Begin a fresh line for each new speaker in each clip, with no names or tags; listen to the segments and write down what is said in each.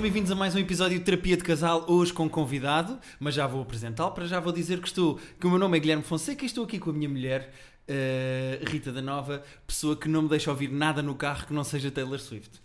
bem-vindos a mais um episódio de Terapia de Casal, hoje com um convidado, mas já vou apresentá-lo, para já vou dizer que estou, que o meu nome é Guilherme Fonseca e estou aqui com a minha mulher, eh, Rita da Nova, pessoa que não me deixa ouvir nada no carro que não seja Taylor Swift.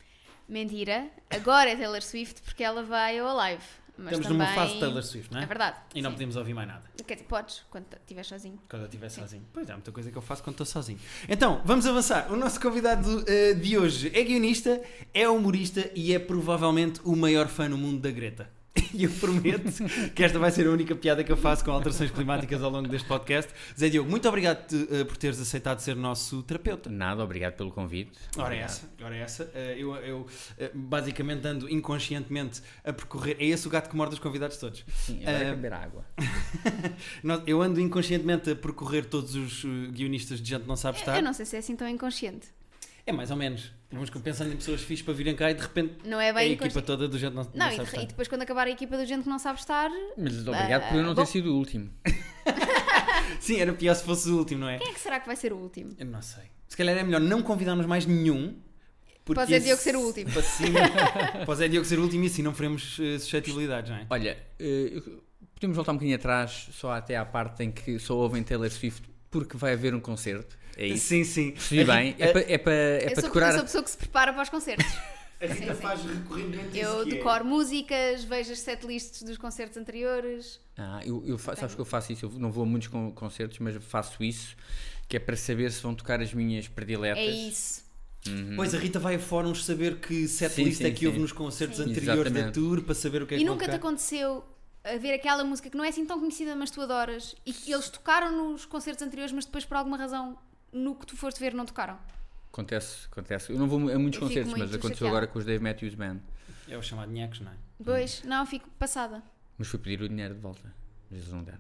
Mentira, agora é Taylor Swift porque ela vai ao live. Mas
Estamos
também...
numa fase de Taylor Swift, não é?
É verdade.
E não
sim.
podemos ouvir mais nada.
Quer dizer, podes, quando estiver sozinho.
Quando eu estiver sozinho. Pois é, há muita coisa que eu faço quando estou sozinho. Então, vamos avançar. O nosso convidado eh, de hoje é guionista, é humorista e é provavelmente o maior fã no mundo da Greta. E eu prometo que esta vai ser a única piada que eu faço com alterações climáticas ao longo deste podcast. Zé Diogo, muito obrigado eh, por teres aceitado ser nosso terapeuta.
Nada, obrigado pelo convite.
Ora
Obrigado.
essa, ora essa. Eh, Eu, eu eh, basicamente ando inconscientemente a percorrer. É esse o gato que morde os convidados todos.
Sim, agora
Ah,
é beber água.
Nós- Eu ando inconscientemente a percorrer todos os eh, guionistas de gente não sabe estar.
Eu não sei se é assim tão inconsciente.
É mais ou menos. Vamos pensando em pessoas fixas para virem cá e de repente
Não é bem
a
inconsciente.
equipa toda do jeito não, não,
Não, e,
sabe
de- e
estar.
depois quando acabar a equipa do gente que não sabe estar.
Mas obrigado por eu não
ah, bom.
ter sido o último.
Sim, era pior se fosse o último, não é?
Quem é que será que vai ser o último?
Eu não sei. Se calhar é melhor não convidarmos mais nenhum. porque
Para o Zé
esse-
é, Diogo ser o último.
para Assim, para o Zé Diogo ser o último e assim não faremos eh, suscetibilidades, não é?
Olha, eh, eu- podemos voltar um bocadinho atrás, só até à parte em que só ouvem Taylor Swift porque vai haver um concerto. É isso.
Sim, sim.
Percebi
A
bem.
Rita-
É para é pa- é
eh, eu, sou,
pa
eu
decorar.
sou a pessoa que se prepara para os concertos.
A Rita
Sim, sim.
faz recorrentemente
eu
isso que é.
decoro músicas, vejo as setlists dos concertos anteriores.
Ah, eu, eu fa- sabes que eu faço isso? Eu não vou a muitos con- concertos, mas faço isso, que é para saber se vão tocar as minhas prediletas.
É isso.
Pois a Rita vai a fóruns saber que
Uhum. Sim,
setlist
sim,
é que houve
sim.
nos concertos
Sim.
anteriores da
Exatamente.
tour para saber o que é
E
que
nunca te
vão tocar.
aconteceu a ver aquela música que não é assim tão conhecida, mas tu adoras e que eles tocaram nos concertos anteriores, mas depois por alguma razão no que tu foste ver não tocaram.
Acontece, acontece. Eu não vou a muitos
Eu fico
concertos, mas
muito
aconteceu
chateada.
agora com os Dave Matthews Band.
É o chamado Nhacos, não é?
Pois, não, fico passada.
Mas fui pedir o dinheiro de volta. Mas eles não deram.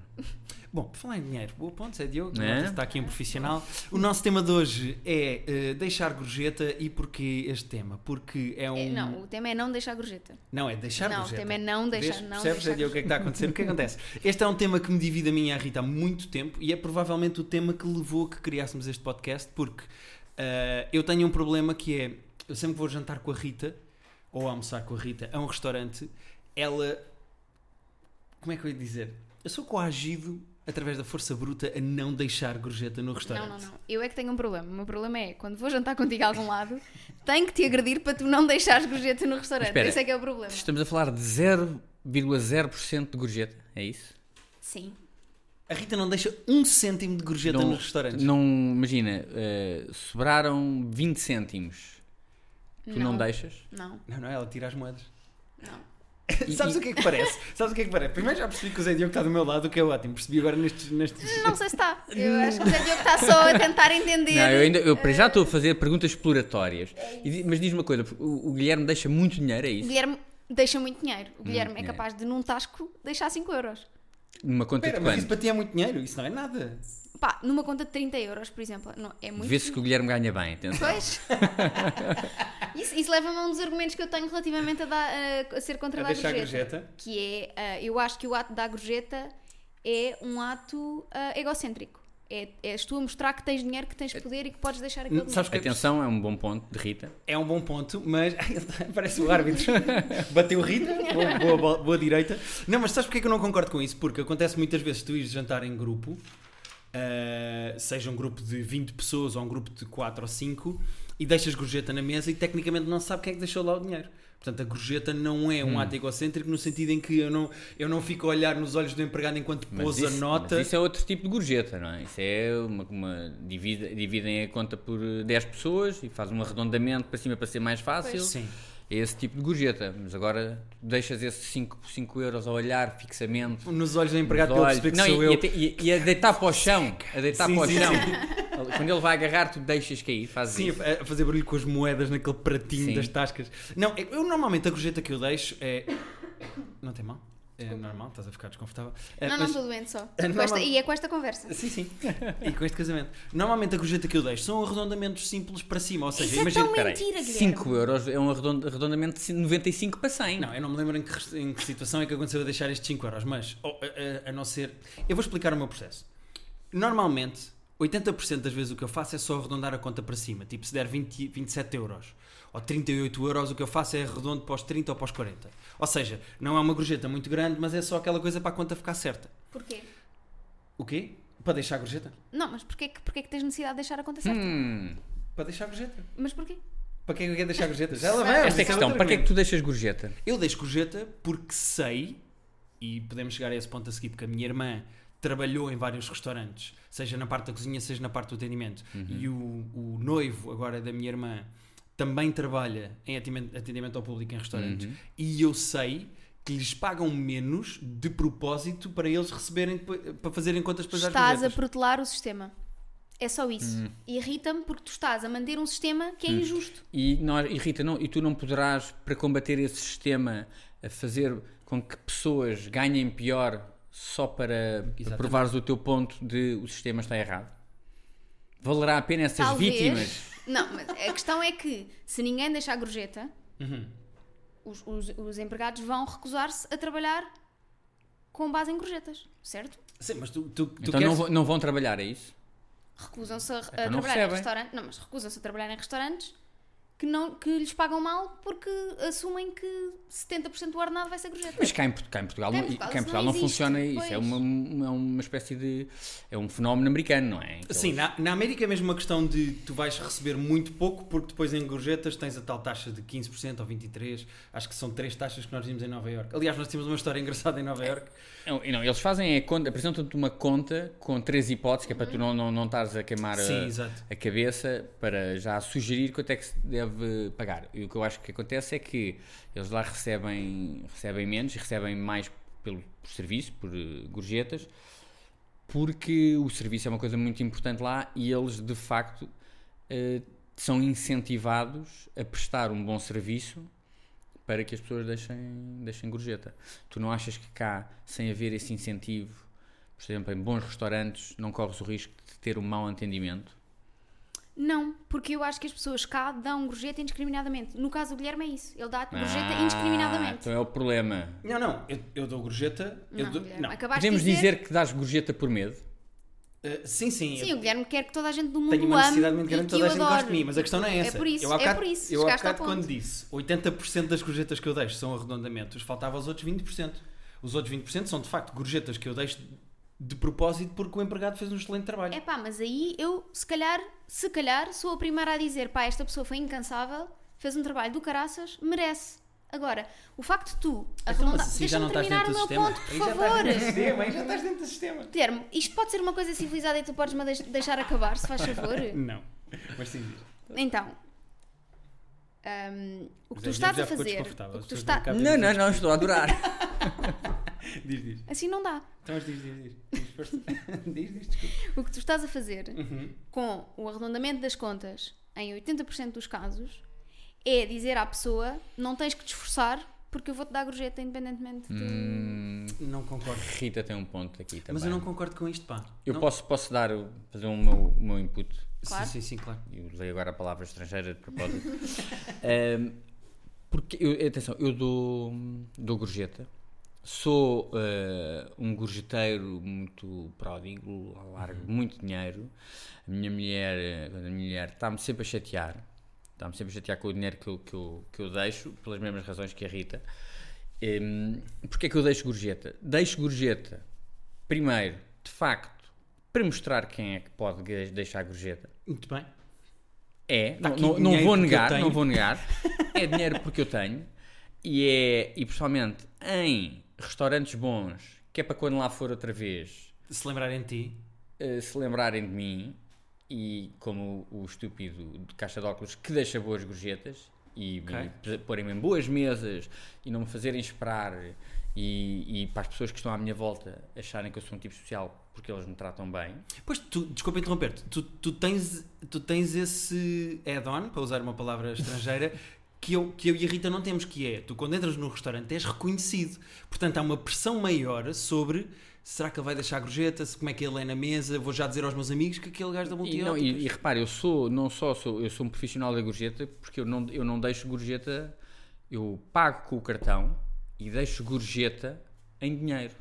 Bom, por falar em dinheiro, boa ponto, é Diogo,
Né?
nota-se que está aqui um profissional. O nosso tema de hoje é eh, deixar gorjeta e porquê este tema? Porque é um.
É, não, o tema é não deixar gorjeta.
Não, é deixar
não,
gorjeta.
o tema é não deixar,
Vês?
não
Percebes,
deixar
Zé Diogo, o que é que está a acontecer? O que é que acontece? Este é um tema que me divide a mim e à Rita há muito tempo e é provavelmente o tema que levou a que criássemos este podcast, porque ah, eu tenho um problema que é: eu sempre que vou jantar com a Rita ou almoçar com a Rita a um restaurante, ela. Como é que eu ia dizer? Eu sou coagido através da força bruta a não deixar gorjeta no
Não,
restaurante.
não, não. Eu é que tenho um problema. O meu problema é quando vou jantar contigo a algum lado, tenho que te agredir para tu não deixares gorjeta no restaurante.
Espera.
Esse é que é o problema.
Estamos a falar de 0,0% de gorjeta, é isso?
Sim.
A Rita não deixa um cêntimo de gorjeta
não,
nos restaurantes.
Não, imagina, eh, sobraram 20 cêntimos. Tu não,
Não.
deixas?
Não,
Não, não, ela tira as moedas.
não.
E-
Sabes
e-
o que é que parece? Sabes o que é que parece? Primeiro já percebi que o Zé Diogo está do meu lado, o que é ótimo. Percebi agora nestes. nestes...
Não sei se está. Eu acho que o Zé Diogo está só a tentar entender.
Não, eu ainda, eu para já estou a fazer perguntas exploratórias. E di- mas diz-me uma coisa, o, o Guilherme deixa muito dinheiro, é
O
isso?
Guilherme deixa muito dinheiro. O Guilherme é
dinheiro.
capaz de, num tasco, deixar 5 euros.
Numa conta
Espera,
de
mas isso
quanto?
para ti é muito dinheiro, isso não é nada.
Pá, numa conta de 30 euros, por exemplo. Não, é muito.
Vê-se que o Guilherme ganha bem, atenção.
Pois. isso isso leva-me a um dos argumentos que eu tenho relativamente a, dar- a- a ser contra
A
a dar
deixar a
gorjeta,
gorjeta?
Que é, ah, eu acho que o ato da gorjeta é um ato ah, egocêntrico. É, és tu a mostrar que tens dinheiro, que tens poder e que podes deixar aquele dinheiro.
É- Sabes que
Atenção, é um bom ponto de Rita.
é um bom ponto, mas parece o árbitro. Bateu Rita, boa, boa, bola- boa direita. Não, mas sabes porque é que eu não concordo com isso? Porque acontece muitas vezes tu ires jantar em grupo, ah, seja um grupo de 20 pessoas ou um grupo de 4 ou 5, e deixas gorjeta na mesa e tecnicamente não se sabe quem é que deixou lá o dinheiro. Portanto, a gorjeta não
Hum.
é um ato egocêntrico no sentido em que eu não, eu não fico a olhar nos olhos do empregado enquanto
Mas
pôs a
isso,
nota.
mas isso é outro tipo de gorjeta, não é? Isso é uma. uma divide- dividem a conta por eh, 10 pessoas e fazem um arredondamento para cima para ser mais fácil.
Sim.
É esse tipo de gorjeta. Mas agora deixas esses 5, euros a olhar fixamente.
Nos olhos do empregado
nos
para ele
olhos.
perceber que
Não,
sou
e,
eu.
e até- e- e a deitar para o chão. A deitar
Sim,
para o
sim,
chão.
sim.
Quando ele vai agarrar, tu deixas cair. Fazes
Sim,
isso.
a a fazer barulho com as moedas naquele pratinho
Sim.
das tascas. Não, é, eu eu normalmente a gorjeta que eu deixo é. Não tem mal? É normal, estás a ficar desconfortável. É,
Não, não,
mas-
estou doente só.
É,
Com
não,
esta-
não.
E é com esta conversa.
Sim, sim. E com este casamento. Normalmente a gorjeta que eu deixo são arredondamentos simples para cima. Ou seja,
Isso é
imagina.
tão
Peraí,
mentira, Guilherme.
5 euros é um arredond- arredondamento de 95 para 100.
Não, eu não me lembro em que, res- em que situação é que aconteceu a deixar estes 5 euros, mas oh, a, a- a não ser. Eu vou explicar o meu processo. Normalmente, 80% das vezes o que eu faço é só arredondar a conta para cima. Tipo, se der 20, 27 euros ou 38 euros, o que eu faço é arredondo para os 30 ou para os 40. Ou seja, não é uma gorjeta muito grande, mas é só aquela coisa para a conta ficar certa.
Porquê?
O quê? Para deixar a gorjeta?
Não, mas porquê é que, porquê que tens necessidade de deixar a conta certa?
Hum,
Para deixar a gorjeta.
Mas porquê?
Para que é que eu quero deixar a gorjeta? Já lá vamos,
esta é a
isso
questão.
outro
Para que é que
argumento.
tu deixas gorjeta?
Eu deixo gorjeta porque sei, e podemos chegar a esse ponto a seguir, porque a minha irmã trabalhou em vários restaurantes, seja na parte da cozinha, seja na parte do atendimento,
Uhum.
e o, o noivo agora da minha irmã também trabalha em atendimento, atendimento ao público em restaurantes,
Uhum.
e eu sei que lhes pagam menos de propósito para eles receberem, depois- para fazerem contas depois às
Estás a
gorjetas.
protelar o sistema. É só isso.
Hum.
Irrita-me porque tu estás a manter um sistema que é injusto.
E, nós, e Rita, não, e tu não poderás, para combater esse sistema, a fazer com que pessoas ganhem pior só para provares o teu ponto de o sistema está errado? Valerá a pena essas
Talvez.
vítimas?
Não, mas a questão é que se ninguém deixar a gorjeta, os, os- os empregados vão recusar-se a trabalhar com base em gorjetas, certo?
Sim, mas tu, tu, tu
Então
queres...
não, vão- não vão trabalhar, é isso?
Recusam-se a, a
Então não
trabalhar em
recebem.
restaurantes. Não, mas recusam-se a trabalhar em restaurantes que, não, que lhes pagam mal porque assumem que 70% do ordenado vai ser gorjeta.
Mas cá em, Port- cá em Portugal,
Cá em
não-
Portugal
cá em
isso
Portugal
não
não,
existe,
funciona isso. É
pois.
uma, uma- uma espécie de. É um fenómeno americano, não é? Aqueles-
Sim, na, na América é mesmo uma questão de tu vais receber muito pouco, porque depois em gorjetas tens a tal taxa de 15% ou 23%. Acho que são três taxas que nós vimos em Nova Iorque. Aliás, nós temos uma história engraçada em
É.
Nova Iorque.
Não, e não, eles fazem a conta, apresentam-te uma conta com três hipóteses, que é para tu não, não, não estares a queimar a-
Sim, exato.
a, cabeça, para já sugerir quanto é que se deve pagar. E o que eu acho que acontece é que eles lá recebem, recebem menos, e recebem mais pelo, por serviço, por eh, gorjetas, porque o serviço é uma coisa muito importante lá e eles de facto eh, são incentivados a prestar um bom serviço para que as pessoas deixem, deixem gorjeta. Tu não achas que cá, sem haver esse incentivo, por exemplo, em bons restaurantes, não corres o risco de ter um mau entendimento?
Não, porque eu acho que as pessoas cá dão um gorjeta indiscriminadamente. No caso do Guilherme é isso. Ele dá gorjeta
Ah,
indiscriminadamente.
Então é o problema.
Não, não, eu, eu dou gorjeta. eu
Não, é
dou-
Guilherme,
não.
acabaste
Podemos
de dizer...
dizer que dás gorjeta por medo?
Eh, sim, sim.
Sim, o Guilherme quer que toda a gente do mundo
tenho
o
uma
ame
necessidade muito
e
grande
que
toda a
o
gente
adore.
gosta de mim, mas a questão não é essa.
É por isso,
eu há
é
bocado-
por isso,
Eu há
chegaste ao
bocado quando
ponto.
disse 80% das gorjetas que eu deixo são arredondamentos, faltava os outros 20%. Os outros 20% são de facto gorjetas que eu deixo de propósito porque o empregado fez um excelente trabalho.
É pá, mas aí eu, se calhar, se calhar, sou a primeira a dizer, pá, esta pessoa foi incansável, fez um trabalho do caraças, merece. Agora, o facto de tu
Então,
arredondar...
mas assim já
Deixa-me
não estás
terminar
dentro
o
do sistema.
meu ponto, por
Aí já estás
favor.
dentro do sistema, aí já estás dentro do sistema.
Guilherme, isto pode ser uma coisa civilizada e tu podes-me deix- deixar acabar, se faz favor?
Não, mas sim diz.
Então, hum, o que
Mas
tu
aí
estás
já
a
ficou
fazer...
desconfortável,
O que
as
tu
pessoas
está-
não cabem. Não, não,
estou a adorar.
Diz, diz.
Assim não dá.
Então, mas diz, diz, diz. Diz, força. diz, diz, desculpa.
O que tu estás a fazer
Uhum.
com o arredondamento das contas em 80% dos casos é dizer à pessoa não tens que te esforçar porque eu vou-te dar gorjeta independentemente de...
Não concordo.
Rita tem um ponto aqui também.
Mas eu não concordo com isto, pá.
Eu
Não-
posso, posso dar, o- fazer o meu, o meu input?
Claro.
Sim, sim, sim, claro.
Eu usei agora a palavra estrangeira de propósito. Ahm, porque, eu- atenção, eu dou, dou gorjeta. Sou ah, um gorjeteiro muito pródigo, largo muito dinheiro. A minha mulher, eh, a minha mulher está-me sempre a chatear. Está-me sempre a chatear com o dinheiro que eu, que, eu, que eu deixo, pelas mesmas razões que a Rita. Hum, Porquê é que eu deixo gorjeta? Deixo gorjeta, primeiro, de facto, para mostrar quem é que pode gue- deixar gorjeta.
Muito bem.
É, não,
Tá aqui
não- não
dinheiro
vou
porque eu
negar,
tenho.
não vou negar. É dinheiro porque eu tenho. E é, e pessoalmente, em restaurantes bons, que é para quando lá for outra vez,
Se lembrarem de ti,
eh, se lembrarem de mim e como o, o estúpido de caixa de óculos que deixa boas gorjetas e
Ok.
me- porem-me em boas mesas e não me fazerem esperar e, e para as pessoas que estão à minha volta acharem que eu sou um tipo social porque eles me tratam bem.
Pois, tu, desculpa interromper-te, tu, tu, tens, tu tens esse add-on, para usar uma palavra estrangeira, que eu, que eu e a Rita não temos, que é, tu quando entras num restaurante és reconhecido. Portanto, há uma pressão maior sobre, será que ele vai deixar a gorjeta, se- como é que ele é na mesa, vou já dizer aos meus amigos que aquele gajo da
E,
multiótica...
não, e, e repare, eu sou, não só sou, eu sou um profissional da gorjeta, porque eu não, eu não deixo gorjeta, eu pago com o cartão e deixo gorjeta em dinheiro.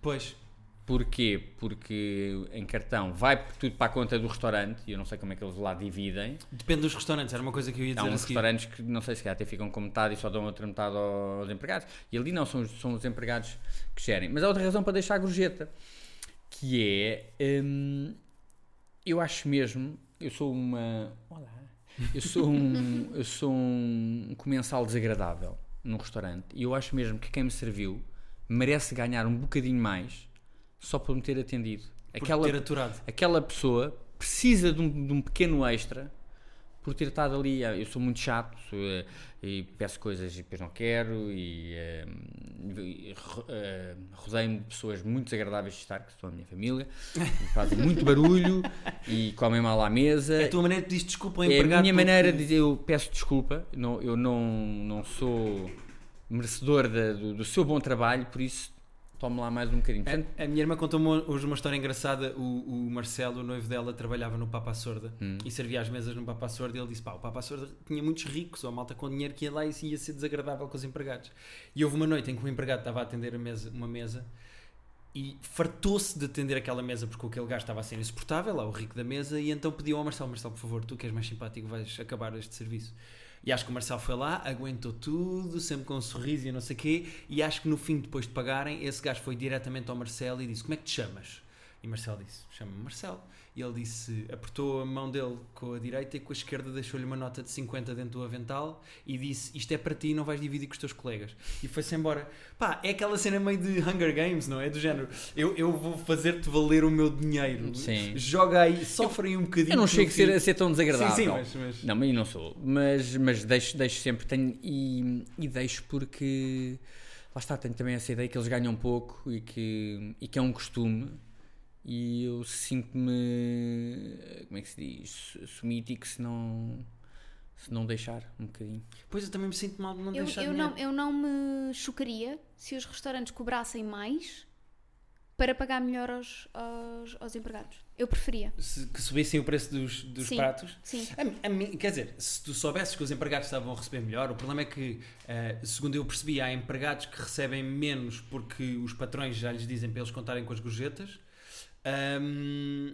Pois,
Porquê? Porque em cartão vai tudo para a conta do restaurante e eu não sei como é que eles lá dividem.
Depende dos restaurantes, era uma coisa que eu ia
Há um
dizer a
uns
seguir.
restaurantes que não sei se calhar até ficam com metade e só dão outra metade aos empregados. E ali não, são os, são os empregados que gerem. Mas há outra razão para deixar a gorjeta, que é. hum, eu acho mesmo. Eu sou uma. Olá! Eu sou um, eu sou um comensal desagradável num restaurante e eu acho mesmo que quem me serviu merece ganhar um bocadinho mais só por me ter atendido.
Por
Aquela,
ter aturado.
aquela pessoa precisa de um, de um pequeno extra por ter estado ali. Ah, Eu sou muito chato sou, eh, e peço coisas e depois não quero. E eh, e ro- eh, rodeio-me de pessoas muito desagradáveis de estar, que são a minha família, e fazem muito barulho e comem mal à mesa.
É a tua maneira de dizer desculpa ao
É a
empregado.
minha
porque-
maneira de dizer, eu peço desculpa, não, eu não, não sou merecedor da- do, do seu bom trabalho, por isso tome lá mais um bocadinho. Portanto,
A minha irmã contou-me hoje uma história engraçada. O, o Marcelo, o noivo dela, trabalhava no Papa à Sorda e servia as mesas no Papa à Sorda. E ele disse: pá, o Papa à Sorda tinha muitos ricos, ou a malta com dinheiro que ia lá e ia ser desagradável com os empregados. E houve uma noite em que o empregado estava a atender a mesa- uma mesa e fartou-se de atender aquela mesa porque aquele gajo estava a ser insuportável, lá o rico da mesa, e então pediu ao Marcelo: Marcelo, por favor, tu que és mais simpático, vais acabar este serviço. E acho que o Marcelo foi lá, aguentou tudo, sempre com um sorriso e não sei o quê, e acho que no fim, depois de pagarem, esse gajo foi diretamente ao Marcelo e disse: Como é que te chamas? E Marcelo disse: Chama-me Marcelo. E ele disse: apertou a mão dele com a direita e com a esquerda deixou-lhe uma nota de 50 dentro do avental e disse: Isto é para ti, não vais dividir com os teus colegas. E foi-se embora. Pá, é aquela cena meio de Hunger Games, não é? Do género: Eu, eu vou fazer-te valer o meu dinheiro.
Sim.
Joga aí, sofre aí um bocadinho.
eu não
no
chego a
fim.
ser, assim a ser tão desagradável.
Sim, sim, mas. mas-
Não, mas eu não sou. Mas, mas deixo, deixo sempre. Tenho, e, e deixo porque. Lá está, tenho também essa ideia que eles ganham pouco e que, e que é um costume. E eu sinto-me. Como é que se diz? su- Sumítico se não. Se não deixar um bocadinho.
Pois eu também me sinto mal de não
Eu,
deixar
eu
dinheiro.
não, eu não me chocaria se os restaurantes cobrassem mais para pagar melhor aos, aos, aos empregados. Eu preferia.
Se- que subissem o preço dos, dos
Sim.
pratos.
Sim.
A- a mim- quer dizer, se tu soubesses que os empregados estavam a receber melhor, o problema é que, eh, segundo eu percebi, há empregados que recebem menos porque os patrões já lhes dizem para eles contarem com as gorjetas. Ahm,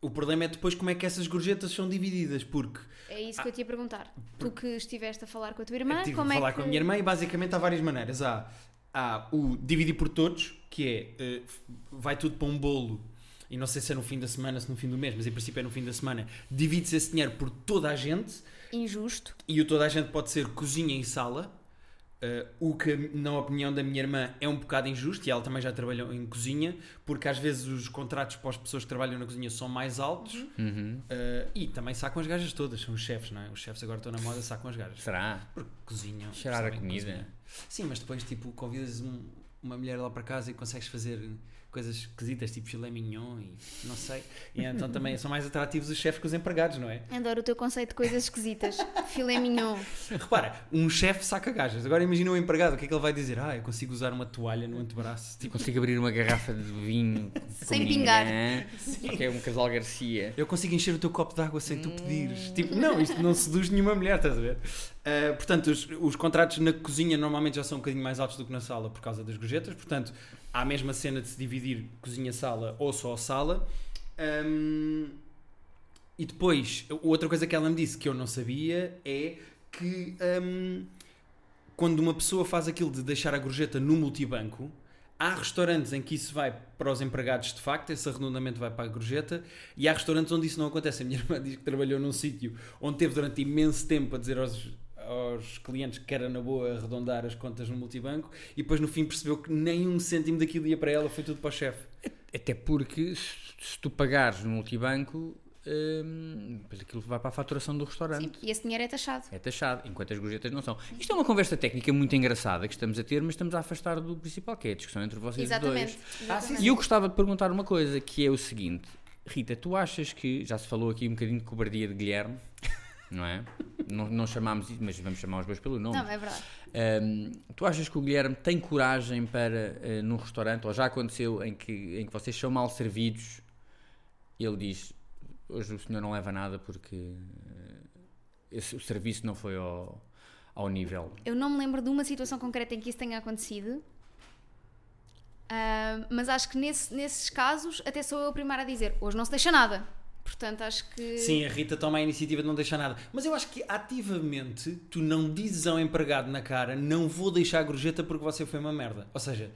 o problema é depois como é que essas gorjetas são divididas, porque
É isso que eu te ia perguntar. Tu que estiveste a falar com a tua irmã,
Ah, eu tive
como
a falar
é que...
com a minha irmã e basicamente há várias maneiras. Há, há o dividir por todos, que é eh, f- vai tudo para um bolo. E não sei se é no fim da semana, se no fim do mês, mas em princípio é no fim da semana. Divide-se esse dinheiro por toda a gente
Injusto.
e o toda a gente pode ser cozinha e sala. eh, o que, na opinião da minha irmã, é um bocado injusto, e ela também já trabalhou em cozinha, porque às vezes os contratos para as pessoas que trabalham na cozinha são mais altos eh, e também sacam as gajas todas, são os chefes, não é? Os chefes agora estão na moda, sacam as gajas.
Será?
Porque cozinham.
Cheirar a
sabem
comida.
cozinhar. Sim, mas depois, tipo, convidas um- uma mulher lá para casa e consegues fazer coisas esquisitas, tipo filé mignon e não sei. E então também são mais atrativos os chefes que os empregados, não é?
Adoro o teu conceito de coisas esquisitas. Filé mignon.
Repara, um chefe saca gajas. Agora imagina um empregado, o que é que ele vai dizer? Ah, eu consigo usar uma toalha no antebraço. Tipo,
Consigo abrir uma garrafa de vinho com
Sem
ninguém,
pingar.
hã? Só que é um casal Garcia.
eu consigo encher o teu copo de água sem tu pedires. Tipo, não, isto não seduz nenhuma mulher, estás a ver? Ah, portanto, os, os contratos na cozinha normalmente já são um bocadinho mais altos do que na sala por causa das gorjetas. Portanto, há a mesma cena de se dividir cozinha-sala ou só sala. Ahm, e depois, outra coisa que ela me disse que eu não sabia é que ahm, quando uma pessoa faz aquilo de deixar a gorjeta no multibanco, há restaurantes em que isso vai para os empregados de facto, esse arredondamento vai para a gorjeta, e há restaurantes onde isso não acontece. A minha irmã diz que trabalhou num sítio onde teve durante imenso tempo a dizer aos, aos clientes que era na boa arredondar as contas no multibanco, e depois no fim percebeu que nem um cêntimo daquilo ia para ela, foi tudo para o chefe.
Até porque se, se tu pagares no multibanco, hum, depois aquilo vai para a faturação do restaurante.
Sim. E esse dinheiro é taxado.
É taxado, enquanto as gorjetas não são. Isto é uma conversa técnica muito engraçada que estamos a ter, mas estamos a afastar do principal, que é a discussão entre vocês
Exatamente.
dois. Ah,
Exatamente.
E eu gostava de perguntar uma coisa, que é o seguinte. Rita, tu achas que, já se falou aqui um bocadinho de cobardia de Guilherme, não é? Não, não chamámos isso, mas vamos chamar os dois pelo nome.
Não, é verdade.
Hum, tu achas que o Guilherme tem coragem para, eh, num restaurante, ou já aconteceu em que, em que vocês são mal servidos, ele diz: Hoje o senhor não leva nada porque eh, esse- o serviço não foi ao, ao nível.
Eu não me lembro de uma situação concreta em que isso tenha acontecido. Ah, Ah, mas acho que nesse- nesses casos até sou eu a primeira a dizer hoje não se deixa nada. Portanto, acho que.
Sim, a Rita toma a iniciativa de não deixar nada. Mas eu acho que ativamente tu não dizes ao empregado na cara não vou deixar a gorjeta porque você foi uma merda. Ou seja,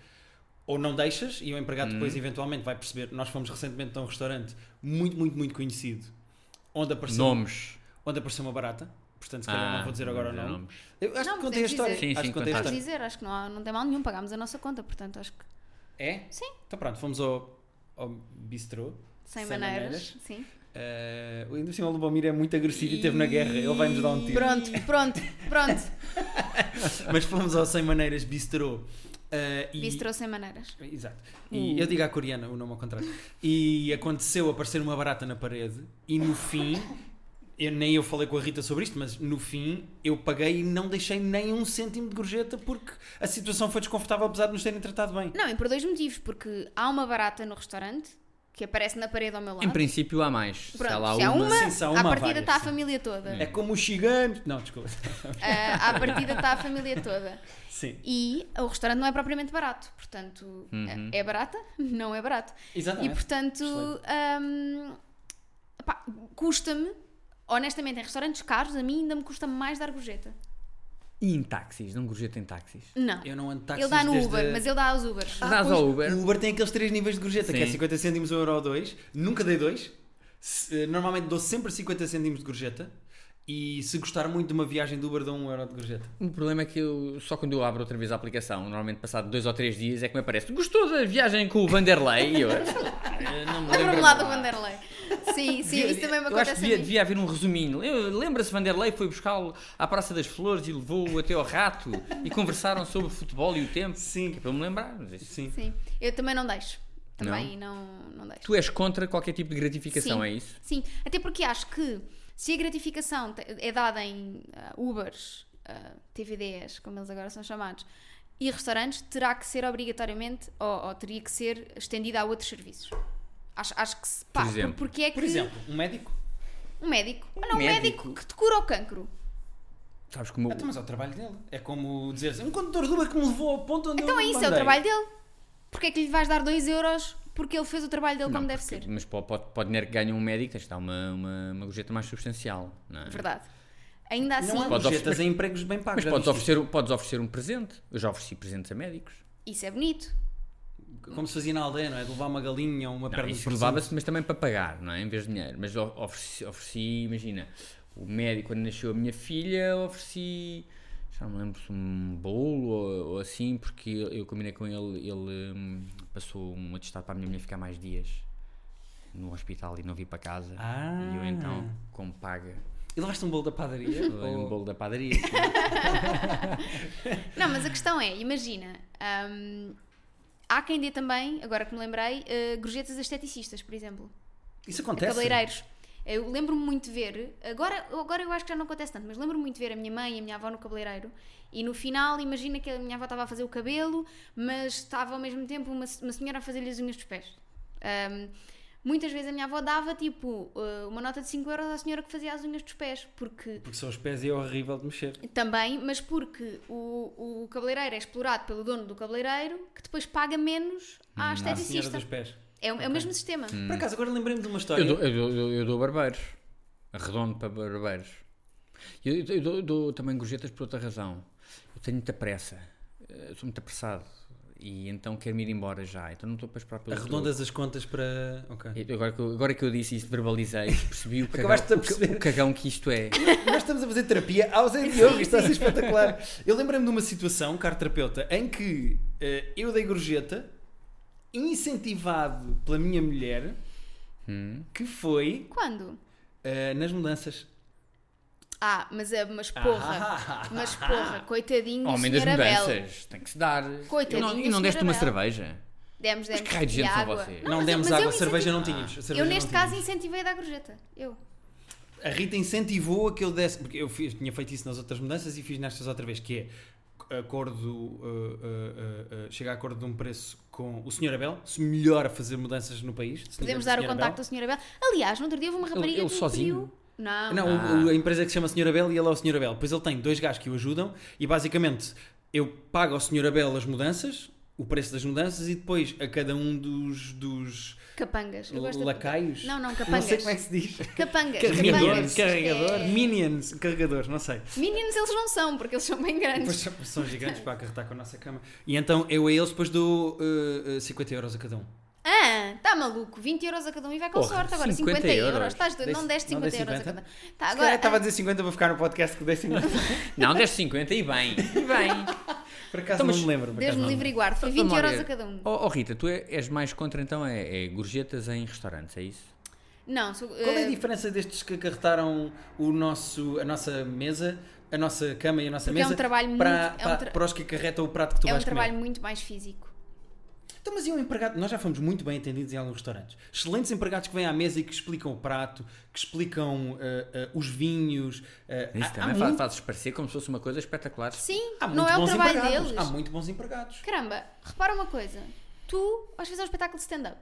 ou não deixas e o empregado depois
Uhum.
eventualmente vai perceber. Nós fomos recentemente a um restaurante muito, muito, muito conhecido onde apareceu,
Nomes.
onde apareceu uma barata. Portanto, se calhar
Ah,
não vou dizer agora o
não dizer
nome.
nomes.
Eu acho
Não,
que contei a
podemos
história.
dizer.
Sim,
acho
sim,
que contei a
contaste.
Podes
história.
dizer, acho que não, há- não tem mal nenhum, pagámos a nossa conta, portanto acho que
É?
Sim.
Então pronto, fomos ao, ao bistrô.
sem, maneiras. Sim.
Eh, o ainda por cima, o Lubomir é muito agressivo e esteve na guerra. Ele vai-nos dar um tiro.
Pronto, pronto, pronto.
Mas fomos ao Sem Maneiras Bistrô. eh, e-
Bistrô Uh. sem maneiras.
Exato. E eu digo à coreana o nome ao contrário. E aconteceu aparecer uma barata na parede e no fim, eu, nem eu falei com a Rita sobre isto, mas no fim eu paguei e não deixei nem um cêntimo de gorjeta porque a situação foi desconfortável apesar de nos terem tratado bem.
Não, e por dois motivos, porque há uma barata no restaurante que aparece na parede ao meu lado.
Em princípio há mais.
Pronto,
se há lá
se há uma,
Sim, se há uma,
à
há
partida
várias,
está a
sim.
família toda.
É como os gigantes. Não, desculpa.
Ah, à partida está a família toda.
Sim.
E o restaurante não é propriamente barato, portanto, é é barata? Não é barato. E
Exatamente.
portanto, hum, pá, custa-me, honestamente, em restaurantes caros, a mim ainda me custa mais dar gorjeta.
E em táxis, não gorjeta em táxis.
Não.
Eu não ando de táxis
Ele dá no
desde-
Uber, mas ele dá aos Ubers.
Dás
pois,
ao Uber.
O Uber tem aqueles três níveis de gorjeta, que é
Sim.
50 cêntimos, 1 euro ou 2. Nunca dei 2. Normalmente dou sempre 50 cêntimos de gorjeta. E se gostar muito de uma viagem do Uber, dou 1 euro de gorjeta.
O problema é que eu, só quando eu abro outra vez a aplicação, normalmente passado dois ou três dias, é que me aparece gostou da viagem com o Vanderlei? E eu, "Ah, não me
Lembra-me
lembro
lá do um Vanderlei. Sim, sim, isso também me
eu acho que
acontece
devia,
a mim.
devia haver um resuminho. Eu- Lembra-se, Vanderlei foi buscá-lo à Praça das Flores e levou-o até ao rato e conversaram sobre o futebol e o tempo.
Sim.
Que é para me lembrar. mas isso-
Sim.
Sim, eu também não deixo. Também não, não, deixo.
Tu és contra qualquer tipo de gratificação,
Sim.
é isso?
Sim, até porque acho que se a gratificação te- é dada em ah, Ubers, ah, TVDs, como eles agora são chamados, e restaurantes, terá que ser obrigatoriamente ou, ou teria que ser estendida a outros serviços. Acho, acho que se pá,
Por exemplo?
porque é que
Por exemplo, um médico.
um médico, Ah, não, um médico.
médico.
que te cura o cancro.
Sabes como
Ah, então, mas é o trabalho dele. É como dizer um condutor do Uber que me levou ao ponto onde eu
Então é
me
isso, é o
mandei.
trabalho dele. Porque é que lhe vais dar 2 euros porque ele fez o trabalho dele como deve
porque-
ser?
Mas para, o- para, o- para o dinheiro que ganha um médico tens de dar uma, uma, uma gorjeta mais substancial. Não é?
Verdade. Ainda assim,
Não é há
Podes
gorjetas
oferecer-
em empregos bem pagos. É
Mas
já
podes
viste
oferecer, podes oferecer um presente. Eu já ofereci presentes a médicos.
isso é bonito.
isto? Como se fazia na aldeia, não é? De levar uma galinha ou uma
Não,
perna
isso
de
levava-se, mas também para pagar, não é? Em vez de dinheiro. Mas o- ofereci, ofereci, imagina, o médico, quando nasceu a minha filha, ofereci, já não me lembro se um bolo ou, ou assim, porque eu combinei com ele, ele hum, passou um atestado para a minha mulher ficar mais dias no hospital e não vir para casa.
Ah.
E eu então, como paga,
E levaste um bolo da padaria?
dei um
Ou-
bolo da padaria.
Não, mas a questão é, imagina, hum, há quem dê também, agora que me lembrei, eh, gorjetas a esteticistas, por exemplo,
Isso
a
acontece.
cabeleireiros. Eu lembro-me muito de ver, agora, agora eu acho que já não acontece tanto, mas lembro-me muito de ver a minha mãe e a minha avó no cabeleireiro e no final, imagina que a minha avó estava a fazer o cabelo, mas estava ao mesmo tempo uma, se- uma senhora a fazer-lhe as unhas dos pés. Hum, muitas vezes a minha avó dava tipo eh, uma nota de 5 euros à senhora que fazia as unhas dos pés, porque
Porque são os pés e é horrível de mexer.
também, mas porque o, o cabeleireiro é explorado pelo dono do cabeleireiro que depois paga menos
Hum,
à
Ah, senhora
esteticista.
dos pés.
É, o- é o mesmo sistema.
Por acaso, agora lembrei-me de uma história.
Eu dou, eu dou- eu dou- eu dou barbeiros. Arredondo para barbeiros. Eu, eu dou- eu dou, eu dou também gorjetas por outra razão. Eu tenho muita pressa. Eh, sou muito apressado. E então quero-me ir embora já. Então não estou para esperar pelo
Arredondas as contas para. Ok.
troco. E Agora que, eu, agora que eu disse isto, verbalizei, percebi o cagão,
Acabaste de
o ca-
perceber.
o cagão que isto é.
Nós estamos a fazer terapia ao Zé Diogo, isto está a ser espetacular. Eu lembrei-me de uma situação, caro terapeuta, em que eh, eu dei gorjeta, incentivado pela minha mulher,
Hum.
que foi
Quando?
eh, nas mudanças.
Ah, mas, é- mas porra,
Ah,
mas porra, coitadinho da
Homem das
senhora Bela.
mudanças. Tem que se dar.
um Coitadinho
E não,
da
e não deste
senhora
uma
Bel.
cerveja.
Demos, demos.
que raio de
E
gente são
água.
vocês?
Não,
mas-
demos
Ah, mas
água,
eu
a
incentivo-
cerveja não tínhamos. a cerveja
Eu
não
neste
tínhamos.
caso incentivei a dar gorjeta. Eu.
A Rita incentivou a que eu desse, porque eu fiz- tinha feito isso nas outras mudanças e fiz nestas outra vez, que é acordo, uh, uh, uh, uh, chegar a acordo de um preço com o Sr. Abel, se melhor a fazer mudanças no país. se tivermos
Podemos dar o
Sr.
contacto
Abel.
ao senhora Bela. Aliás, no outro dia houve uma rapariga
ele
que me
sozinho?
pediu- Não,
Não, o- o- a empresa que se chama Sr. Abel e ele é o Sr. Abel. Depois ele tem dois gajos que o ajudam e basicamente eu pago ao Sr. Abel as mudanças o preço das mudanças e depois a cada um dos, dos
Capangas. Eu gosto de-
lacaios.
Não, não, capangas.
Não sei como é que se diz.
Capangas.
Carregadores,
capangas.
carregadores.
É.
Minions, carregadores, não sei.
Minions eles não são, porque eles são bem grandes.
Pois são- são gigantes para acarretar com a nossa cama. E então eu a eles depois dou eh, eh, 50 euros a cada um.
Ah, está maluco. 20 euros a cada um e vai com
Porra,
sorte agora. 50,
50
euros.
euros.
Estás doido? Não deste
Não
50,
dei
euros a
50?
cada um. Tá,
Se calhar
agora.
estava a dizer 50 para ficar no podcast que dei 50.
Não, deste 50 e bem. E bem.
Por acaso
Então, mas
não me lembro. por
Deus
acaso
me
não
livre e guarde. Foi 20
Vamos lá
euros
ver.
a cada um.
Oh, oh, Rita, tu é- és mais contra então é, é gorjetas em restaurantes, é isso?
Não, sou,
Qual é a
eh,
diferença destes que acarretaram o nosso, a nossa mesa, a nossa cama e a nossa
Porque é
mesa
um trabalho
para,
muito- é um
para,
tra-
para os que acarretam o prato que tu
é um
vais comer?
trabalho muito mais físico.
Então, mas e um empregado? Nós já fomos muito bem atendidos em alguns restaurantes. Excelentes empregados que vêm à mesa e que explicam o prato, que explicam ah, ah, os vinhos. ah,
Isso
há-
É também
há
fa-
muito-
fazes parecer como se fosse uma coisa espetacular.
Sim,
há muito
não é o
bons
trabalho
empregados.
deles.
Há muito bons empregados.
Caramba, repara uma coisa. Tu vais fazer um espetáculo de stand-up.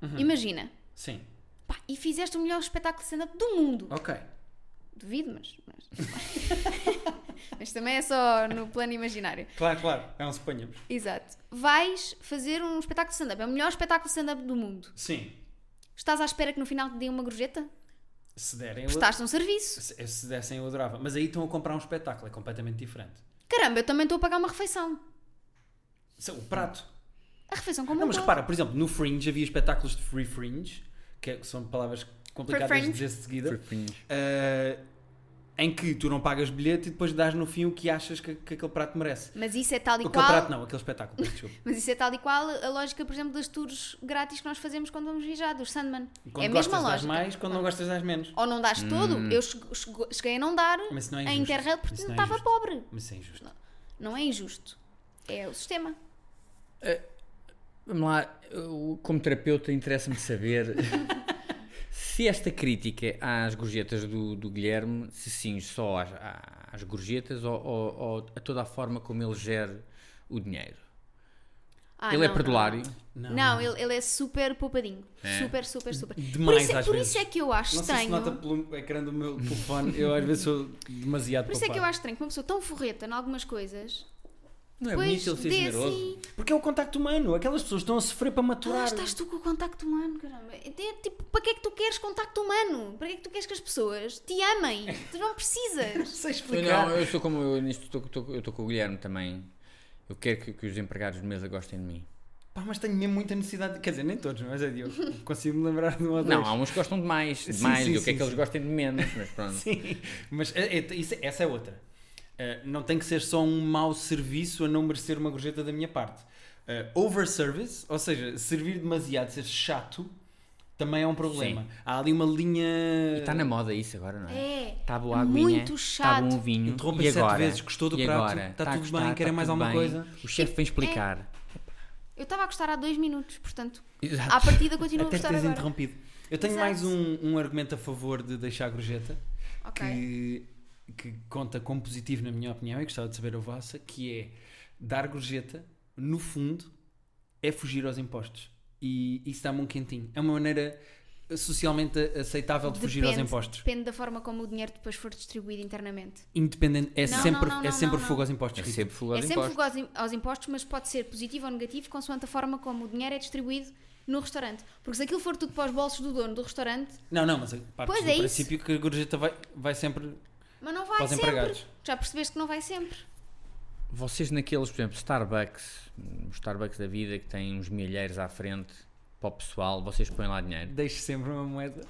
Uhum.
Imagina.
Sim,
Pá, e fizeste o melhor espetáculo de stand-up do mundo.
ok.
Duvido, mas. Mas, mas também é só no plano imaginário.
Claro, claro. É um suponhamos.
Exato. Vais fazer um espetáculo de stand-up. É o melhor espetáculo de stand-up do mundo.
Sim.
Estás à espera que no final te dê uma gorjeta?
Se derem, eu,
Prestaste um serviço.
se, se dessem, eu adorava. Mas aí estão a comprar um espetáculo, é completamente diferente.
Caramba, eu também estou a pagar uma refeição.
Se- O prato.
A refeição como
Não,
um
mas
todo.
repara, por exemplo, no Fringe havia espetáculos de free fringe, que é- que são palavras complicadas de
Fringe.
dizer de seguida, eh, em que tu não pagas bilhete e depois dás no fim o que achas que, que aquele prato merece.
Mas isso é tal e
Aquele
qual.
prato não, aquele espetáculo, peço desculpa.
Mas isso é tal e qual a lógica, por exemplo, das tours grátis que nós fazemos quando vamos viajar, dos Sandman.
Quando
é a
gostas
mesma
dás
lógica.
mais, quando não gostas dás menos.
Ou não dás todo. Eu chego- chego- cheguei a não dar
Mas isso não é
a
injusto.
Interrail porque
Isso não é
estava
injusto.
pobre.
Mas isso é injusto.
Não é injusto. É o sistema.
Vamos lá, eu, como terapeuta interessa-me saber se esta crítica às gorjetas do, do Guilherme, se sim, só às, às gorjetas ou, ou- ou a toda a forma como ele gera o dinheiro.
Ah,
ele
não,
é perdulário.
Não, não. ele, ele é super poupadinho. Super, super, super.
É. Demais,
por isso, é-
às
por
vezes.
isso é que eu acho
Não sei se
estranho.
nota pelo ecrã do meu telefone, eu às vezes sou demasiado
Por isso é que eu acho estranho que uma pessoa tão forreta em algumas coisas
Não é
Pois,
bonito ele ser
dê
generoso.
assim.
Porque é o contacto humano, aquelas pessoas estão a sofrer para
Ah,
maturar.
estás tu com o contacto humano, caramba. É, tipo, para que é que tu queres contacto humano? Para que é que tu queres que as pessoas te amem? Tu não precisas.
Sei
Eu
explicar.
não, eu sou como eu, nisto, estou- estou- eu estou com o Guilherme também. Eu quero que, que os empregados de mesa gostem de mim.
Pá, mas tenho mesmo muita necessidade, quer dizer, nem todos, mas é de eu consigo me lembrar de um ou dois.
Não, há uns que gostam de mais, de
Sim,
mais,
sim,
eu quero
sim,
que eles
sim.
gostem de menos, mas pronto.
Sim, mas é- é- isso- essa é outra. Uh, não tem que ser só um mau serviço a não merecer uma gorjeta da minha parte. Uh, Overservice, ou seja, servir demasiado, ser chato, também é um problema. Há ali uma linha.
E está na moda isso agora, não é?
É.
Está boa
é
a aguinha,
muito
está bom o
chato.
vinho.
Interrompe
e
sete
agora?
vezes, gostou do
E
prato?
agora? Tá
Está
a
tudo bem, querem
está
mais
tudo
alguma
bem.
coisa? É
O chefe
É.
vem explicar. É
Eu estava a gostar há dois minutos, portanto,
Exato.
à partida continuo a
Até te
gostar
tens
agora.
interrompido. Eu tenho
Exato.
mais um, um argumento a favor de deixar a gorjeta
Ok.
que, que conta como positivo, na minha opinião, e gostava de saber a vossa, que é dar gorjeta, no fundo, é fugir aos impostos. E isso dá-me um quentinho. É uma maneira socialmente aceitável de fugir aos impostos.
depende da forma como o dinheiro depois for distribuído internamente.
Independente, é
Não,
sempre,
não, não,
é
não,
sempre
não, não.
fuga aos impostos.
É
Rita.
sempre full aos
é sempre
impostos.
fogo aos, im- aos impostos, mas pode ser positivo ou negativo, consoante a forma como o dinheiro é distribuído no restaurante. Porque se aquilo for tudo para os bolsos do dono do restaurante,
Não, não, mas parte
Pois
do
é isso.
princípio que a gorjeta vai, vai sempre.
mas não vai
Para os
sempre.
empregados.
Já percebeste que não vai sempre.
Vocês naqueles, por exemplo, Starbucks, um Starbucks da vida que tem uns milheiros à frente para o pessoal, vocês põem lá dinheiro.
Deixe sempre uma moeda.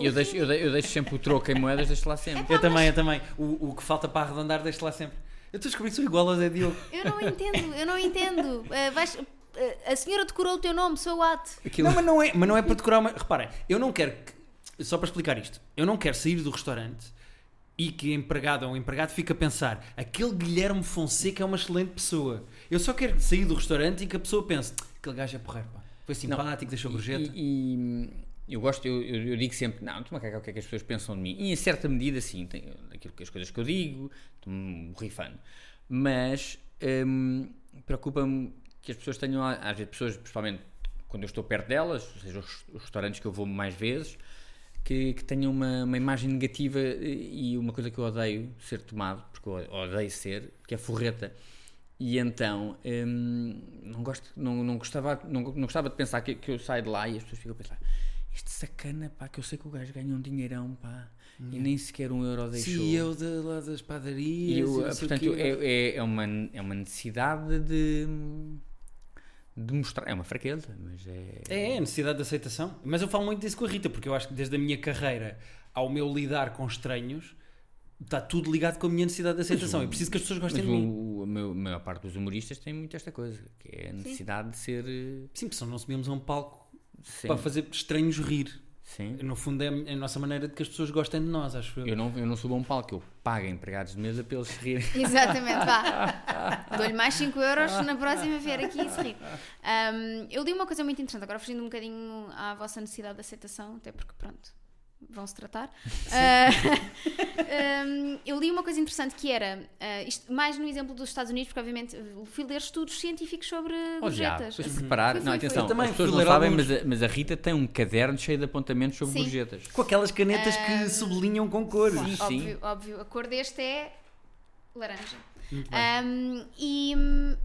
Eu deixo, eu, de- eu deixo sempre o troco em moedas, deixo lá
É
sempre.
Eu também, eu também. O, o que falta para arredondar, deixo lá sempre. Eu estou a descobrir que sou igual ao Zé Diogo.
Eu não entendo, eu não entendo. Ah, vais- ah, a senhora decorou o teu nome, sou what?
Não, mas não é, mas não é para decorar uma... Reparem, eu não quero que... Só para explicar isto. Eu não quero sair do restaurante e que a empregada ou o empregado fique a pensar aquele Guilherme Fonseca é uma excelente pessoa. Eu só quero sair do restaurante e que a pessoa pense aquele gajo é porreiro, pá. Foi simpático, deixou gorjeta.
E, e eu gosto, eu, eu- eu digo sempre, não, tu macaca, o que é que as pessoas pensam de mim? E em certa medida, sim, tem aquilo que as coisas que eu digo, estou-me rifando. Mas hum, preocupa-me que as pessoas tenham, a- às vezes, pessoas, principalmente quando eu estou perto delas, ou seja, os res- os restaurantes que eu vou mais vezes, que, que tenham uma, uma imagem negativa eh, e uma coisa que eu odeio ser tomado, porque eu odeio ser, que é forreta. E então, hum, não, gosto, não, não, gostava, não, não gostava de pensar que, que eu saio de lá e as pessoas ficam a pensar: este sacana, pá, que eu sei que o gajo ganha um dinheirão, pá, e nem sequer um euro deixou.
Hum. Se eu de lá das padarias.
E eu,
não sei o
portanto,
quê.
é, é, é, uma, é uma necessidade de, de mostrar. É uma fraqueza, mas é.
É, é a necessidade de aceitação. Mas eu falo muito disso com a Rita, porque eu acho que desde a minha carreira ao meu lidar com estranhos, está tudo ligado com a minha necessidade de aceitação. Eu preciso que as pessoas gostem
Mas
de mim.
o, a meu- a maior parte dos humoristas tem muito esta coisa, que é a necessidade de ser. eh,
Sim, porque senão não subimos a um palco
Sim.
para fazer estranhos rir.
sim.
No fundo, é a nossa maneira de que as pessoas gostem de nós, acho eu.
Eu não, eu não subo a um palco, eu pago a empregados de mesa para eles se rirem.
Exatamente, vá. Dou-lhe mais 5 euros na próxima ver aqui e se rir. Ahm, eu li uma coisa muito interessante, agora fugindo um bocadinho à vossa necessidade de aceitação, até porque, pronto, vão-se tratar. Ah, ahm, eu li uma coisa interessante que era, ah, isto mais no exemplo dos Estados Unidos, porque obviamente fui ler estudos científicos sobre
Oh,
gorjetas.
Uhum.
depois Oh, preparar.
Foi,
Não,
foi,
atenção,
Eu também
as pessoas
fui
não
ler
sabem,
alguns.
mas a, mas a Rita tem um caderno cheio de apontamentos sobre
Sim.
gorjetas.
Com aquelas canetas que
Ah,
sublinham com cores.
Sim, sim.
Óbvio, óbvio. A cor deste é laranja. Ahm, e hum,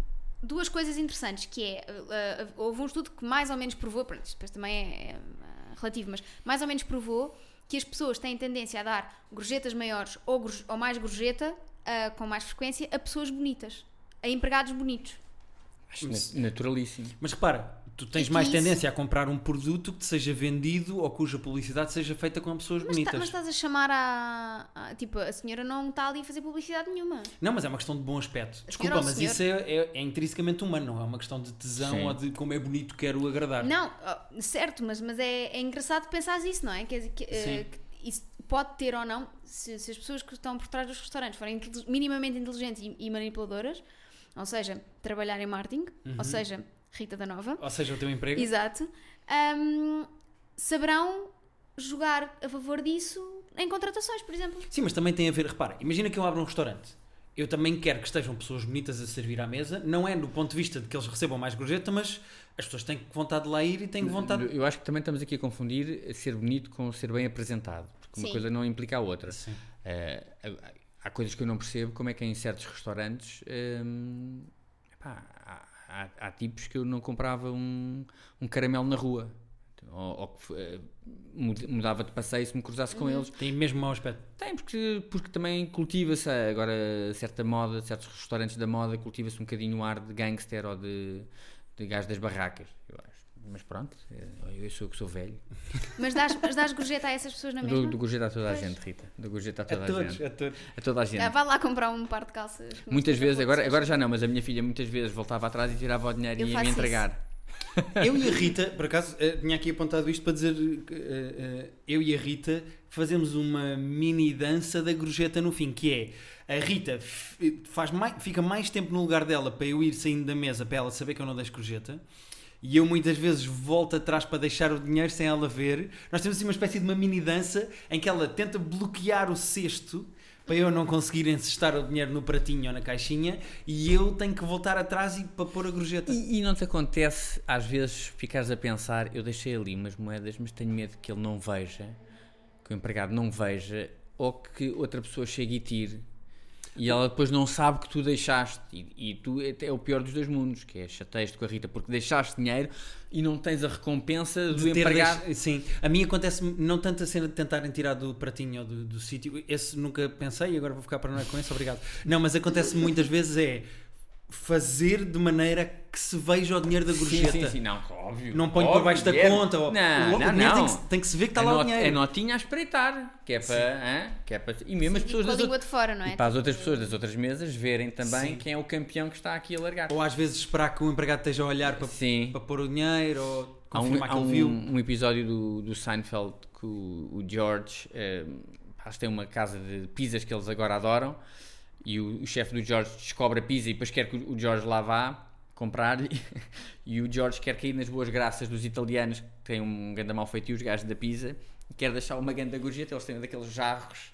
duas coisas interessantes, que é, uh, uh, houve um estudo que mais ou menos provou, pronto, isto depois também é, é, uh, relativo, mas mais ou menos provou que as pessoas têm tendência a dar gorjetas maiores ou, gorj- ou mais gorjeta, uh, com mais frequência, a pessoas bonitas, a empregados bonitos.
Acho na- naturalíssimo.
Mas repara, tu tens
E que
mais
isso-
tendência a comprar um produto que te seja vendido ou cuja publicidade seja feita com pessoas
Mas, tá-
bonitas.
mas estás a chamar a, a- Tipo, a senhora não está ali a fazer publicidade nenhuma.
Não, mas é uma questão de bom aspecto. Desculpa,
ou
mas
senhor?
isso é, é- é intrinsecamente humano, não é uma questão de tesão
Sim.
ou de como é bonito quero agradar.
Não, oh, certo, mas, mas é, é engraçado pensar isso, não é? Quer dizer, que, eh,
Sim.
que isso pode ter ou não, se, se as pessoas que estão por trás dos restaurantes forem intelig- minimamente inteligentes e, e manipuladoras, ou seja, trabalhar em marketing, ou
Uhum.
seja, Rita da Nova,
Ou seja, o teu emprego.
exato, ahm, saberão jogar a favor disso em contratações, por exemplo.
Sim, mas também tem a ver, repara, imagina que eu abro um restaurante. Eu também quero que estejam pessoas bonitas a servir à mesa, não é do ponto de vista de que eles recebam mais gorjeta, mas as pessoas têm vontade de lá ir e têm vontade.
Eu acho que também estamos aqui a confundir ser bonito com ser bem apresentado, porque uma
Sim.
coisa não implica a outra. Eh, há- há coisas que eu não percebo, como é que em certos restaurantes hum, epá, há, há- há tipos que eu não comprava um, um caramelo na rua. Ou, ou que f- eh, mud- mudava de passeio se me cruzasse com eles.
Tem mesmo mau aspecto.
Tem, porque, porque também cultiva-se eh, agora certa moda, certos restaurantes da moda, cultiva-se um bocadinho o ar de gangster ou de, de gajo das barracas, eu acho. Mas pronto, eh, eu sou que sou velho.
Mas dás, mas dás gorjeta a essas pessoas na
Dou,
mesma? Ah,
dou gorjeta a toda a gente, Rita. Dou gorjeta a toda a,
todos,
gente.
a todos.
A toda a gente.
Ah, vai lá comprar um par de calças.
Muitas vezes, agora, agora já não, mas a minha filha muitas vezes voltava atrás e tirava o dinheiro
Eu
e ia me
faço
entregar.
Eu e a Rita, por acaso, eh, tinha aqui apontado isto para dizer que eh, eh, eu e a Rita fazemos uma mini dança da gorjeta no fim, que é a Rita f- faz mai- fica mais tempo no lugar dela para eu ir saindo da mesa para ela saber que eu não deixo gorjeta. E eu muitas vezes volto atrás para deixar o dinheiro sem ela ver. Nós temos assim uma espécie de uma mini dança em que ela tenta bloquear o cesto para eu não conseguir encestar o dinheiro no pratinho ou na caixinha e eu tenho que voltar atrás e para pôr a gorjeta.
E, e não te acontece, às vezes, ficares a pensar: eu deixei ali umas moedas, mas tenho medo que ele não veja, que o empregado não veja, ou que outra pessoa chegue e tire. E ela depois não sabe que tu deixaste. E, e tu é, é o pior dos dois mundos, que é chateias-te com a Rita, porque deixaste dinheiro e não tens a recompensa do
de ter
empregado.
deix- Sim, a mim acontece não tanto a cena de tentarem tirar do pratinho ou do, do sítio, esse nunca pensei e agora vou ficar paranoico com esse, obrigado. Não, mas acontece muitas vezes é fazer de maneira que se veja o dinheiro da gorjeta.
Sim, sim, sim, não, óbvio.
Não ponho
óbvio,
por baixo da
dinheiro.
conta. Ou,
Não,
o, o
não,
dinheiro
não. É
Tem, que, se- tem que se ver que está
a,
lá o
not- a
dinheiro.
notinha a espreitar, que é para. hã? Que é para e mesmo as
E
pessoas
com a
das
língua
outras.
de fora, não é?
E para as outras pessoas das outras mesas verem também quem é o campeão que está aqui a largar.
Ou é às vezes esperar que o empregado esteja a olhar para,
Sim.
para pôr o dinheiro ou
Há um,
confirmar
há
que ele
um-
viu.
um episódio do, do Seinfeld que o, o George eh, acho que tem uma casa de pizzas que eles agora adoram e o, o chefe do George descobre a pizza e depois quer que o, o George lá vá comprar e, e o George quer cair nas boas graças dos italianos que têm um ganda mal feito e os gajos da pizza e quer deixar uma ganda gorjeta, eles têm um daqueles jarros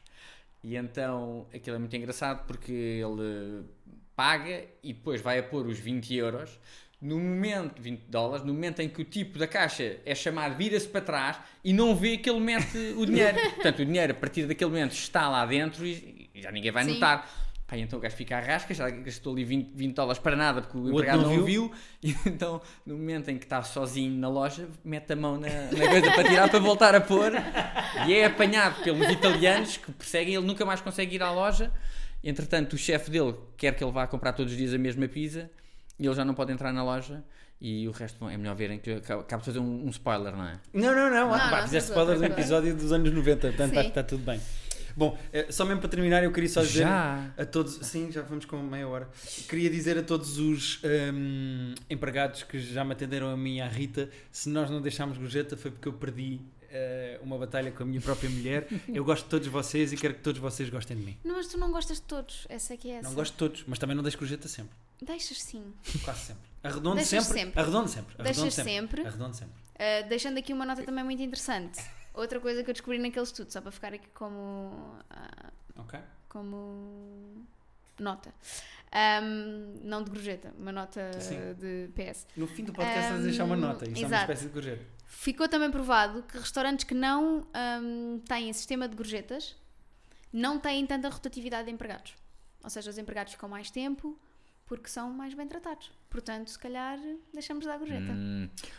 e então aquilo é muito engraçado porque ele paga e depois vai a pôr os 20 euros. No momento, 20 dólares, no momento em que o tipo da caixa é chamado, vira-se para trás e não vê que ele mete o dinheiro. Portanto, o dinheiro a partir daquele momento está lá dentro e e já ninguém vai
Sim.
notar. Pá, e então o gajo fica à rasca, já gastou ali 20, 20 dólares para nada porque o,
outro
empregado
não
não viu. E então, no momento em que está sozinho na loja, mete a mão na, na coisa para tirar, para voltar a pôr. E é apanhado pelos italianos que perseguem, ele nunca mais consegue ir à loja. Entretanto, o chefe dele quer que ele vá comprar todos os dias a mesma pizza e ele já não pode entrar na loja. E o resto bom, é melhor verem que eu acabo acabo de fazer um, um spoiler, não é?
Não, não, não.
Não,
Ah, pá,
não,
fizeste
faz
spoiler de um
outra coisa.
episódio dos anos 90, portanto
Sim.
está tá tudo bem. Bom, eh, só mesmo para terminar, eu queria só dizer
Já?
a todos. Sim, já vamos com meia hora. Queria dizer a todos os ehm, empregados que já me atenderam a mim e à Rita: se nós não deixámos gorjeta foi porque eu perdi eh, uma batalha com a minha própria mulher. Eu gosto de todos vocês e quero que todos vocês gostem de mim.
Não, mas tu não gostas de todos. Essa é que é essa.
Não gosto de todos, mas também não deixo gorjeta sempre.
Deixas sim.
Quase sempre. Arredondo
Deixas
sempre,
sempre.
Arredondo sempre. Arredondo
Deixas
sempre.
sempre.
Arredondo sempre.
Uh, deixando aqui uma nota também muito interessante. Outra coisa que eu descobri naquele estudo, só para ficar aqui como. ah,
Ok?
como. nota. Ahm, não de gorjeta, uma nota
Sim.
de PS.
No fim do podcast, vais deixar uma
Ehm,
nota. Isso é uma
exato.
espécie de gorjeta.
Ficou também provado que restaurantes que não ahm, têm sistema de gorjetas não têm tanta rotatividade de empregados. Ou seja, os empregados ficam mais tempo porque são mais bem tratados. Portanto, se calhar, deixamos de dar
Hum.
gorjeta.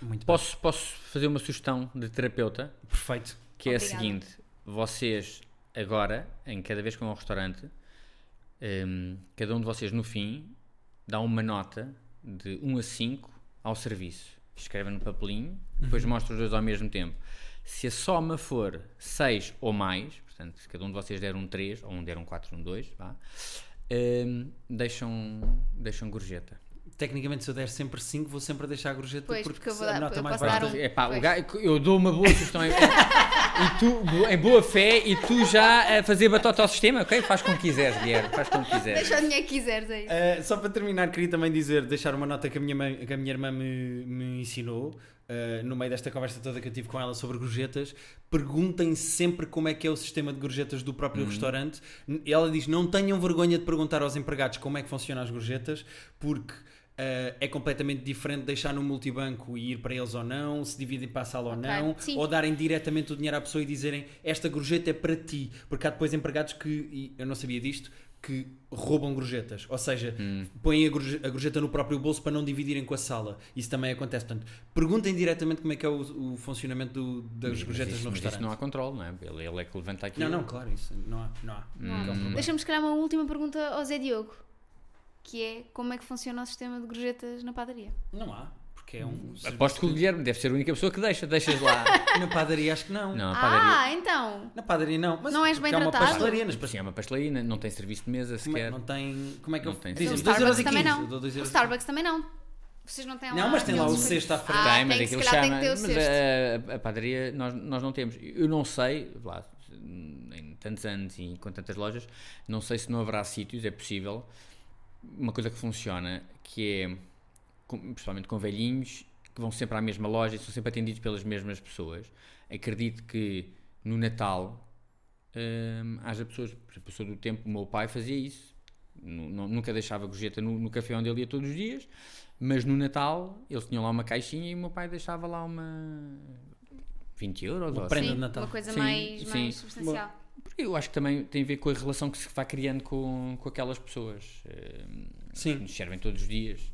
Muito bem.
Posso, posso fazer uma sugestão de terapeuta?
Perfeito.
que é a
Obrigada.
seguinte: vocês agora, em cada vez que vão ao restaurante, hum, cada um de vocês no fim dá uma nota de 1 a 5 ao serviço. Escrevem no papelinho, depois mostram os dois ao mesmo tempo. Se a soma for 6 ou mais, portanto, se cada um de vocês der um 3, ou um der um 4, um 2, vá, hum, deixam, deixam gorjeta.
Tecnicamente, se eu der sempre 5, vou sempre deixar a gorjeta
Pois,
porque,
porque eu vou
se a
dar-
nota
eu
mais
posso dar
baixa.
um-
É pá, o
Pois.
gajo, eu dou uma boa sugestão. é, e tu, bo- em boa fé, e tu já a fazer batota ao sistema, ok? Faz como quiseres, Guilherme, faz como quiseres.
Deixa o dinheiro que quiseres é aí.
Ah, só para terminar, queria também dizer, deixar uma nota que a minha, mãe- que a minha irmã me, me ensinou, ah, no meio desta conversa toda que eu tive com ela sobre gorjetas, perguntem sempre como é que é o sistema de gorjetas do próprio restaurante. N- Ela diz, não tenham vergonha de perguntar aos empregados como é que funcionam as gorjetas, porque... ah, é completamente diferente deixar no multibanco e ir para eles ou não, se dividem para a sala ou
Ok,
não,
sim.
ou darem diretamente o dinheiro à pessoa e dizerem esta gorjeta é para ti, porque há depois empregados que, e eu não sabia disto, que roubam gorjetas, ou seja,
Hum.
põem a gorje- a gorjeta no próprio bolso para não dividirem com a sala. Isso também acontece. Portanto, perguntem diretamente como é que é o, o funcionamento do- das gorjetas
isso,
no
mas isso
restaurante.
não há controle, não é? Ele, ele é que levanta aqui.
não, não, claro, isso não há. Não há.
Hum.
Nunca é um problema.
Deixa-me, se calhar, uma última pergunta ao Zé Diogo. Que é como é que funciona o sistema de gorjetas na padaria?
Não há, porque é um.
Hum. Aposto que o Guilherme deve ser a única pessoa que deixa, deixas lá.
Na padaria acho que não.
Não, a padaria.
Ah, então!
Na padaria não. Mas
Não és bem
porque há uma
tratado?
pastelaria nas
Sim,
pastelarias.
é uma pastelaria, não tem serviço de mesa
Como é-
sequer.
Não tem. Como é que
Não
eu.
tem
O
Dizem,
dois euros e
Starbucks também
quinze,
não.
eu dou dois
O
euros e
Starbucks também não. Vocês não têm lá
Não, mas tem lá
aqueles
o
coisas-
cesto à frente.
Ah,
tem, mas
tem, se
aquilo
calhar tem
chama.
que ter o
Mas
é
eh,
cesto.
a, a padaria nós, nós não temos. Eu não sei, lá, em tantos anos e com tantas lojas, não sei se não haverá sítios, é possível. Uma coisa que funciona, que é, com, principalmente com velhinhos, que vão sempre à mesma loja e são sempre atendidos pelas mesmas pessoas. Acredito que no Natal hum, haja pessoas, por exemplo, eu sou do tempo, o meu pai fazia isso. Nu- nu- Nunca deixava gorjeta no, no café onde ele ia todos os dias, mas no Natal eles tinham lá uma caixinha e o meu pai deixava lá uma 20 euros ou
prenda
assim.
de Natal.
Uma coisa
Sim,
mais,
sim.
mais substancial.
Porque eu acho que também tem a ver com a relação que se vai criando com, com aquelas pessoas hum, que
Sim.
nos servem todos os dias.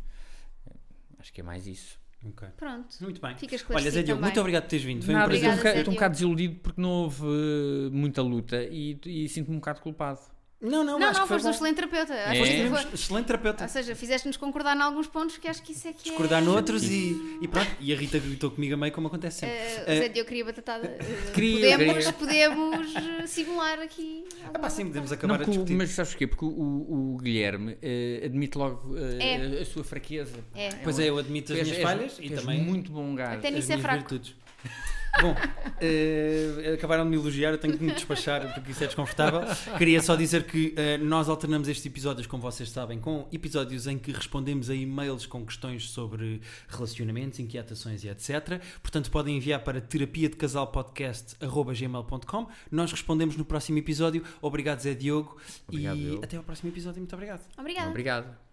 Acho que é mais isso.
Ok.
Pronto.
Muito bem.
Ficas com
Olha, Zé Diogo, muito obrigado por teres vindo. Foi um
Nada, eu estou um
prazer.
Obrigada,
bocado- eu estou um
Sérgio.
bocado desiludido porque não houve eh, muita luta e, e sinto-me um bocado culpado.
Não, não,
Não,
acho
não,
que foi
foste um Ah,
bom.
excelente terapeuta. Acho
É?
que
Tivemos
foi-
Excelente terapeuta.
Ou seja, fizeste-nos concordar em alguns pontos que acho que isso é que
discordar
é...
noutros e, e pronto. E a Rita gritou comigo a meio, como acontece sempre.
Eh,
Eh,
o Zé Diogo queria batatada. Eh,
Queria,
podemos,
queria.
podemos eh, simular aqui.
ah, pá, sim, podemos
Não,
acabar a
porque o-
discutir.
mas sabes porquê? Porque o, o- o Guilherme eh, admite logo eh, a, a sua fraqueza.
É.
Pois é, eu admito as
És-
minhas
és-
falhas e
és
também
muito bom gajo.
Até
as
nisso é
minhas
fraco.
virtudes. Bom, eh, acabaram de me elogiar, eu tenho que me despachar porque isso é desconfortável. Queria só dizer que eh, nós alternamos estes episódios, como vocês sabem, com episódios em que respondemos a e-mails com questões sobre relacionamentos, inquietações e etc. Portanto, podem enviar para terapia de casal podcast.gmail.com. Nós respondemos no próximo episódio. Obrigado, Zé Diogo.
Obrigado,
e
eu.
até ao próximo episódio. Muito obrigado.
Obrigada.
Obrigado.